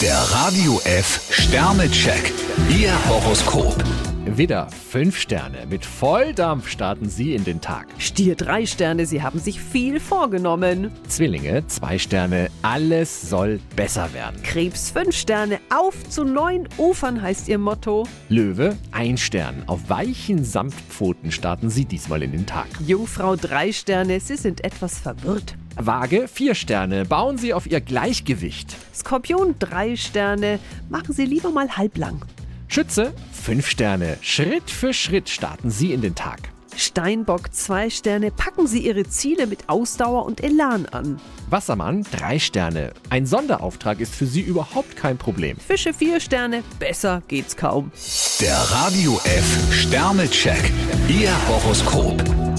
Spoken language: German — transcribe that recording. Der Radio F Sternecheck. Ihr Horoskop. Widder, fünf Sterne. Mit Volldampf starten Sie in den Tag. Stier drei Sterne, Sie haben sich viel vorgenommen. Zwillinge, zwei Sterne. Alles soll besser werden. Krebs fünf Sterne, auf zu neuen Ufern heißt Ihr Motto. Löwe, ein Stern. Auf weichen Samtpfoten starten Sie diesmal in den Tag. Jungfrau drei Sterne, Sie sind etwas verwirrt. Waage, vier Sterne. Bauen Sie auf Ihr Gleichgewicht. Skorpion drei Sterne, machen Sie lieber mal halblang. Schütze, fünf Sterne. Schritt für Schritt starten Sie in den Tag. Steinbock zwei Sterne, packen Sie Ihre Ziele mit Ausdauer und Elan an. Wassermann, drei Sterne. Ein Sonderauftrag ist für Sie überhaupt kein Problem. Fische vier Sterne, besser geht's kaum. Der Radio F Sternecheck. Ihr Horoskop.